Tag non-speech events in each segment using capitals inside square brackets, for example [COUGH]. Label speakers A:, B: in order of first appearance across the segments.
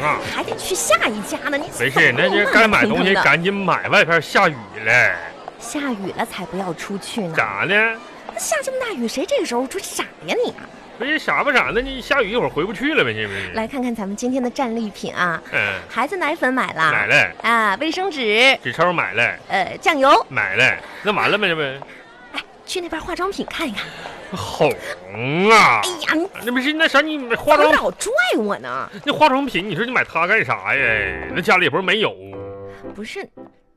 A: 啊！
B: 还得去下一家呢。你
A: 没事，那就该买
B: [LAUGHS]
A: 东西
B: 赶
A: 赶紧买，外边下雨了，
B: 下雨了才不要出去呢。
A: 咋呢？
B: 那下这么大雨，谁这个时候出去傻呀你啊？
A: 不是傻不傻的，你下雨一会儿回不去了呗，这不是？
B: 来看看咱们今天的战利品啊，
A: 嗯，
B: 孩子奶粉买了，
A: 买了，
B: 啊，卫生纸，
A: 纸抽买了，
B: 呃，酱油，
A: 买了，那完了呗，这不
B: 哎，去那边化妆品看一看。
A: 红啊
B: 哎？呀，你
A: 那不是那啥，你买化
B: 怎么
A: 妆
B: 老拽我呢？
A: 那化妆品，你说你买它干啥呀？那家里也不是没有，
B: 不是，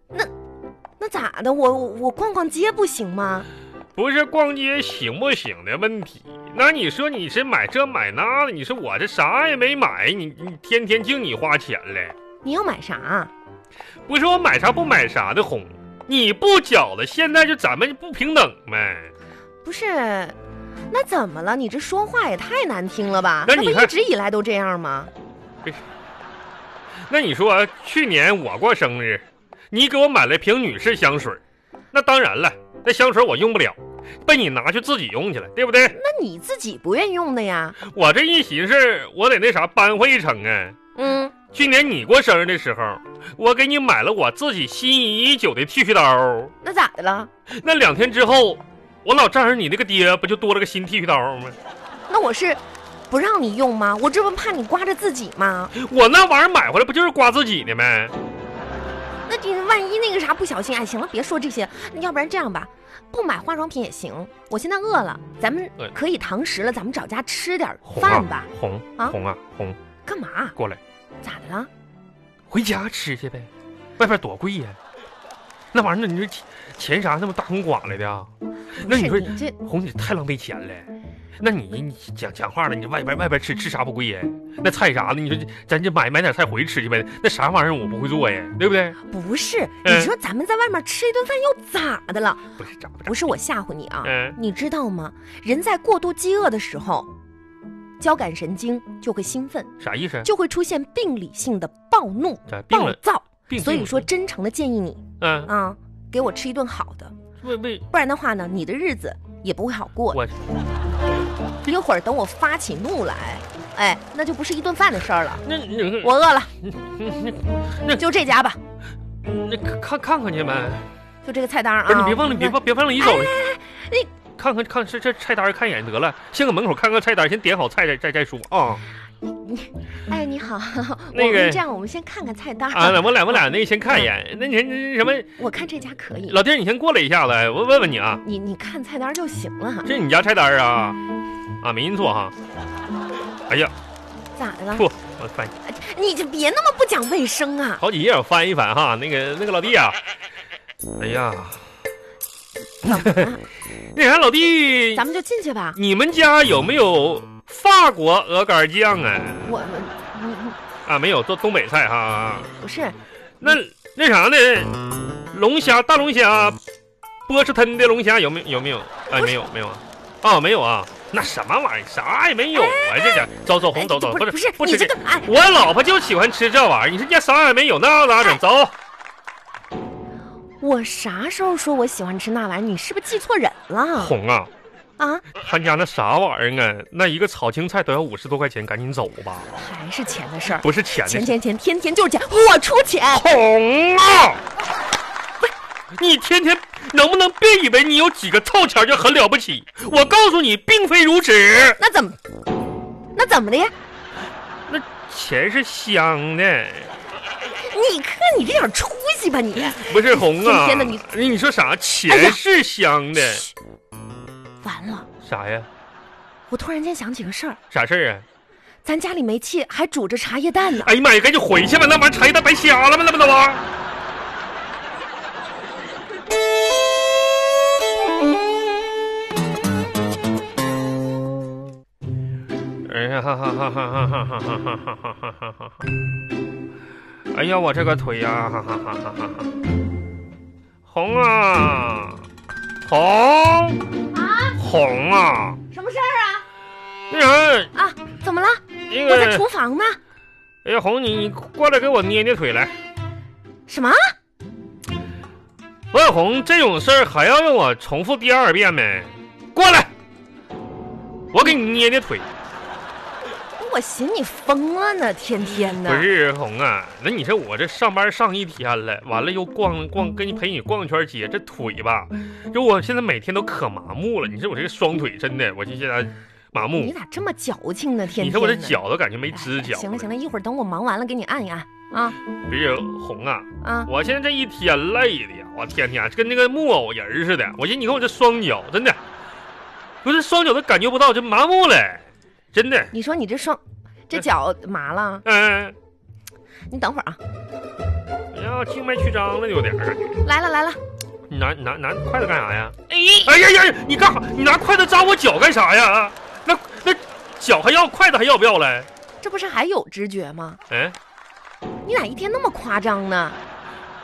B: 那那咋的？我我逛逛街不行吗？
A: 不是逛街行不行的问题。那你说你是买这买那的，你说我这啥也没买，你你天天净你花钱了，
B: 你要买啥？
A: 不是我买啥不买啥的红，你不觉得现在就咱们不平等呗？
B: 不是，那怎么了？你这说话也太难听了吧？
A: 那
B: 不
A: 你看
B: 一直以来都这样吗？
A: 那你说去年我过生日，你给我买了瓶女士香水，那当然了，那香水我用不了，被你拿去自己用去了，对不对？
B: 那你自己不愿意用的呀？
A: 我这一寻思，我得那啥扳回一城啊。
B: 嗯，
A: 去年你过生日的时候，我给你买了我自己心仪已久的剃须刀。
B: 那咋的了？
A: 那两天之后，我老丈人你那个爹不就多了个新剃须刀吗？
B: 那我是不让你用吗？我这不怕你刮着自己吗？
A: 我那玩意儿买回来不就是刮自己的吗？
B: 那你万一那个啥不小心，哎，行了，别说这些，要不然这样吧，不买化妆品也行。我现在饿了，咱们
A: 哎
B: 可以堂食了，咱们找家吃点
A: 红啊
B: 饭吧。
A: 红
B: 啊
A: 红啊红，
B: 干嘛？
A: 过来，
B: 咋的了？
A: 回家吃去呗，外边多贵呀、那玩意儿，你说钱钱啥那么大红瓜来的、啊？
B: 不
A: 那你
B: 是
A: 说
B: 你这
A: 红姐太浪费钱了。那你你讲讲话了，你外边外边吃吃啥不贵呀？那菜啥的，你说咱就买买点菜回去吃去呗。那啥玩意儿我不会做呀，对不对？
B: 不是？
A: 嗯
B: 你说咱们在外面吃一顿饭又咋的了？
A: 不是咋不咋
B: 不是我吓唬你啊，
A: 嗯
B: 你知道吗？人在过度饥饿的时候，交感神经就会兴奋，
A: 啥意思啊？
B: 就会出现病理性的暴怒、
A: 咋病
B: 暴
A: 了？
B: 躁。
A: 病
B: 所以
A: 病
B: 说，真诚的建议你
A: 嗯，
B: 啊，给我吃一顿好的，
A: 为为
B: 不然的话呢，你的日子也不会好过。
A: 我
B: 一会儿等我发起怒来，哎，那就不是一顿饭的事儿
A: [LAUGHS]
B: 了。
A: 那那
B: 我饿了，
A: [LAUGHS] 那
B: 就这家吧，
A: 那看看看去呗。
B: 就这个菜单儿啊。哎
A: 不是你别忘了，别忘别忘了一走。
B: 你
A: 看看看这这菜单看一眼得了，先搁门口看看菜单，先点好菜再再再说啊。
B: 哎，你好，
A: 那
B: 哦我
A: 个
B: 们这样，我们先看看菜单儿
A: 啊，我俩我俩那个先看一眼。那你那什么
B: 我看这家可以，
A: 老弟儿，你先过来一下子，我问问你啊。
B: 你你看菜单儿就行了。
A: 这是你家菜单儿啊？啊，没印错哈。哎呀，
B: 咋的了？
A: 不，我翻
B: 你就别那么不讲卫生
A: [LAUGHS]
B: 啊！
A: 好几页，我翻一翻哈。那个那个老弟啊，哎呀，那啥老弟
B: 咱，们就进去吧。
A: 你们家有没有法国鹅肝酱啊？
B: 我我
A: 啊，没有，做东北菜哈。
B: 不是
A: 那那啥呢？龙虾，大龙虾，波士顿的龙虾有没有没有？
B: 不
A: 哎，
B: 是
A: 没有没有啊，哦没有啊。那什么玩意儿，啥也没有啊！这家走走
B: 哎
A: 红走走，
B: 不是
A: 不
B: 不
A: 是
B: 是
A: 不
B: 你
A: 吃
B: 这
A: 这
B: 个哎，
A: 我老婆就喜欢吃这玩意儿，你说人家啥也没有，那咋
B: 哎
A: 整？走，
B: 我啥时候说我喜欢吃那玩意儿？你是不是记错人了
A: 红啊，
B: 啊？
A: 他家那啥玩意儿啊，那一个炒青菜都要五十多块钱，赶紧走吧，
B: 还是钱的事儿，
A: 不是钱
B: 钱
A: 的。
B: 钱钱，天天就是钱，我出钱。
A: 红啊，你天天能不能别以为你有几个臭钱就很了不起？我告诉你，并非如此。
B: 那怎么？那怎么的呀？
A: 那钱是香的，
B: 你看你这点出息吧你！
A: 不是红啊
B: 今天的你！
A: 你你说啥？
B: 哎呀
A: 钱是香的，
B: 嘘完了，
A: 啥呀？
B: 我突然间想起个事儿，
A: 啥事儿啊？
B: 咱家里煤气还煮着茶叶蛋呢。
A: 哎呀妈呀，赶紧回去吧！那玩意儿茶叶蛋白瞎了吗？那不都啊？哎呀，哈哈哈哈哈哈哈哈哈哈哈哈哈！哎呀，我这个腿呀、哈哈哈哈哈哈！红啊，红啊，红啊！哎
B: 什么事儿
A: 那啥，
B: 啊？啊，怎么了？
A: 那
B: 我在
A: 个，
B: 厨房呢。
A: 哎呀，红，你你过来给我捏捏腿来。
B: 什么？
A: 万红这种事儿还要让我重复第二遍没？过来，我给你捏捏腿。
B: 我我寻你疯了呢，天天
A: 不
B: 的。
A: 是红啊，那你说我这上班上一天了，完了又逛逛，跟你陪你逛一圈街，这腿吧，就我现在每天都可麻木了。你说我这个双腿真的，我就现在麻木
B: 你。咋啊这么矫情呢？天天
A: 你
B: 的
A: 说我这脚都感觉没知
B: 哎
A: 觉。
B: 行了行了，一会儿等我忙完了给你按一按啊
A: 不是红啊，
B: 啊！
A: 我现在这一天累的呀，我天天跟那个木偶人似的。我寻思你看我这双脚，真的，我这双脚都感觉不到，这麻木了，真的。
B: 你说你这双这脚麻了？
A: 嗯、
B: 你等会儿啊，
A: 哎呀，静脉曲张了有点儿感觉。
B: 来了来了，
A: 你拿拿拿筷子干啥呀？
B: 哎，
A: 哎呀呀！你干啥？你拿筷子扎我脚干啥呀？那那脚还要，筷子还要不要了？
B: 这不是还有知觉吗？
A: 嗯，
B: 你咋一天那么夸张呢？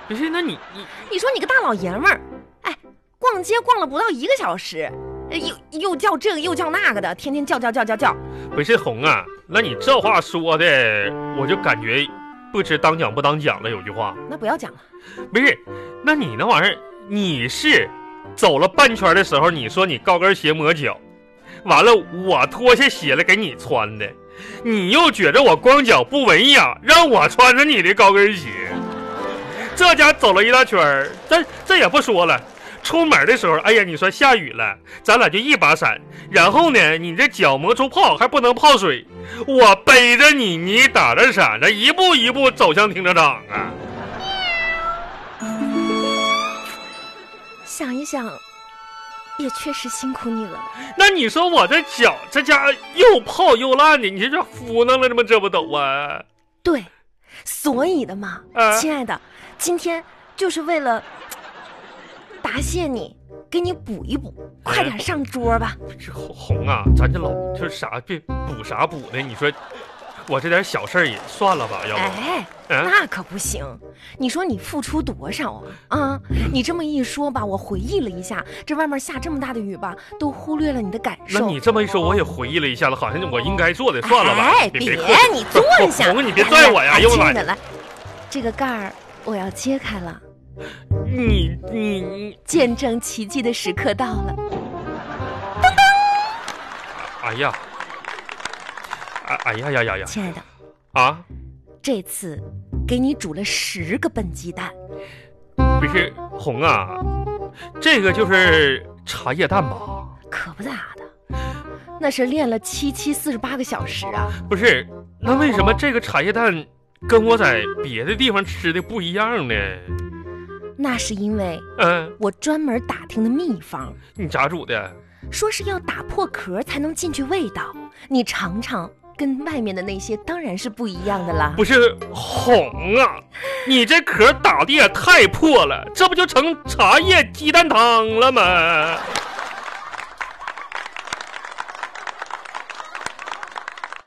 A: 不是，那你你
B: 你说你个大老爷们儿，哎，逛街逛了不到一个小时，哎又又叫这个又叫那个的，天天叫叫叫叫叫，
A: 不是红啊？那你这话说的，我就感觉不知当讲不当讲了。有句话
B: 那不要讲了。
A: 不是，那你那玩意儿，你是走了半圈的时候，你说你高跟鞋磨脚，完了我脱下鞋来给你穿的，你又觉着我光脚不文雅，让我穿着你的高跟鞋，这家走了一大圈儿，这这也不说了。出门的时候，哎呀，你说下雨了，咱俩就一把伞，然后呢，你这脚磨出泡还不能泡水，我背着你，你打着伞，这一步一步走向停车场啊。
B: 想一想，也确实辛苦你了。
A: 那你说我这脚这家伙又泡又烂的，你这这敷弄了这么这不都啊？
B: 对，所以的嘛，
A: 啊
B: 亲爱的，今天就是为了答谢你，给你补一补，快点上桌吧。
A: 这红红啊，咱这老就是啥别补啥补的，你说我这点小事儿也算了吧，要不？
B: 哎，
A: 嗯、
B: 那可不行，你说你付出多少啊？啊，你这么一说吧，我回忆了一下，这外面下这么大的雨吧，都忽略了你的感
A: 那
B: 受。
A: 你这么一说，我也回忆了一下了，好像我应该做的，算了吧。
B: 哎，
A: 别
B: 别
A: 客气，
B: 你坐下，
A: 红你别
B: 来
A: 拽 [LAUGHS] 我呀
B: 来
A: 又
B: 亲
A: 来
B: 的来，这个盖儿我要揭开了，
A: 你你你，
B: 见证奇迹的时刻到
A: [LAUGHS]
B: 了。
A: 哎呀，哎哎呀呀呀呀
B: 亲爱的，
A: 啊！
B: 这次给你煮了十个笨鸡蛋，
A: 不是红啊，这个就是茶叶蛋吧？
B: 可不咋的，那是练了七七四十八个小时啊！
A: 不是，那为什么这个茶叶蛋跟我在别的地方吃的不一样呢？
B: 那是因为
A: 嗯、
B: 我专门打听的秘方，
A: 你咋煮的？
B: 说是要打破壳才能进去味道。你尝尝，跟外面的那些当然是不一样的啦。
A: 不是红啊，你这壳打的也太破了，这不就成茶叶鸡蛋汤了吗？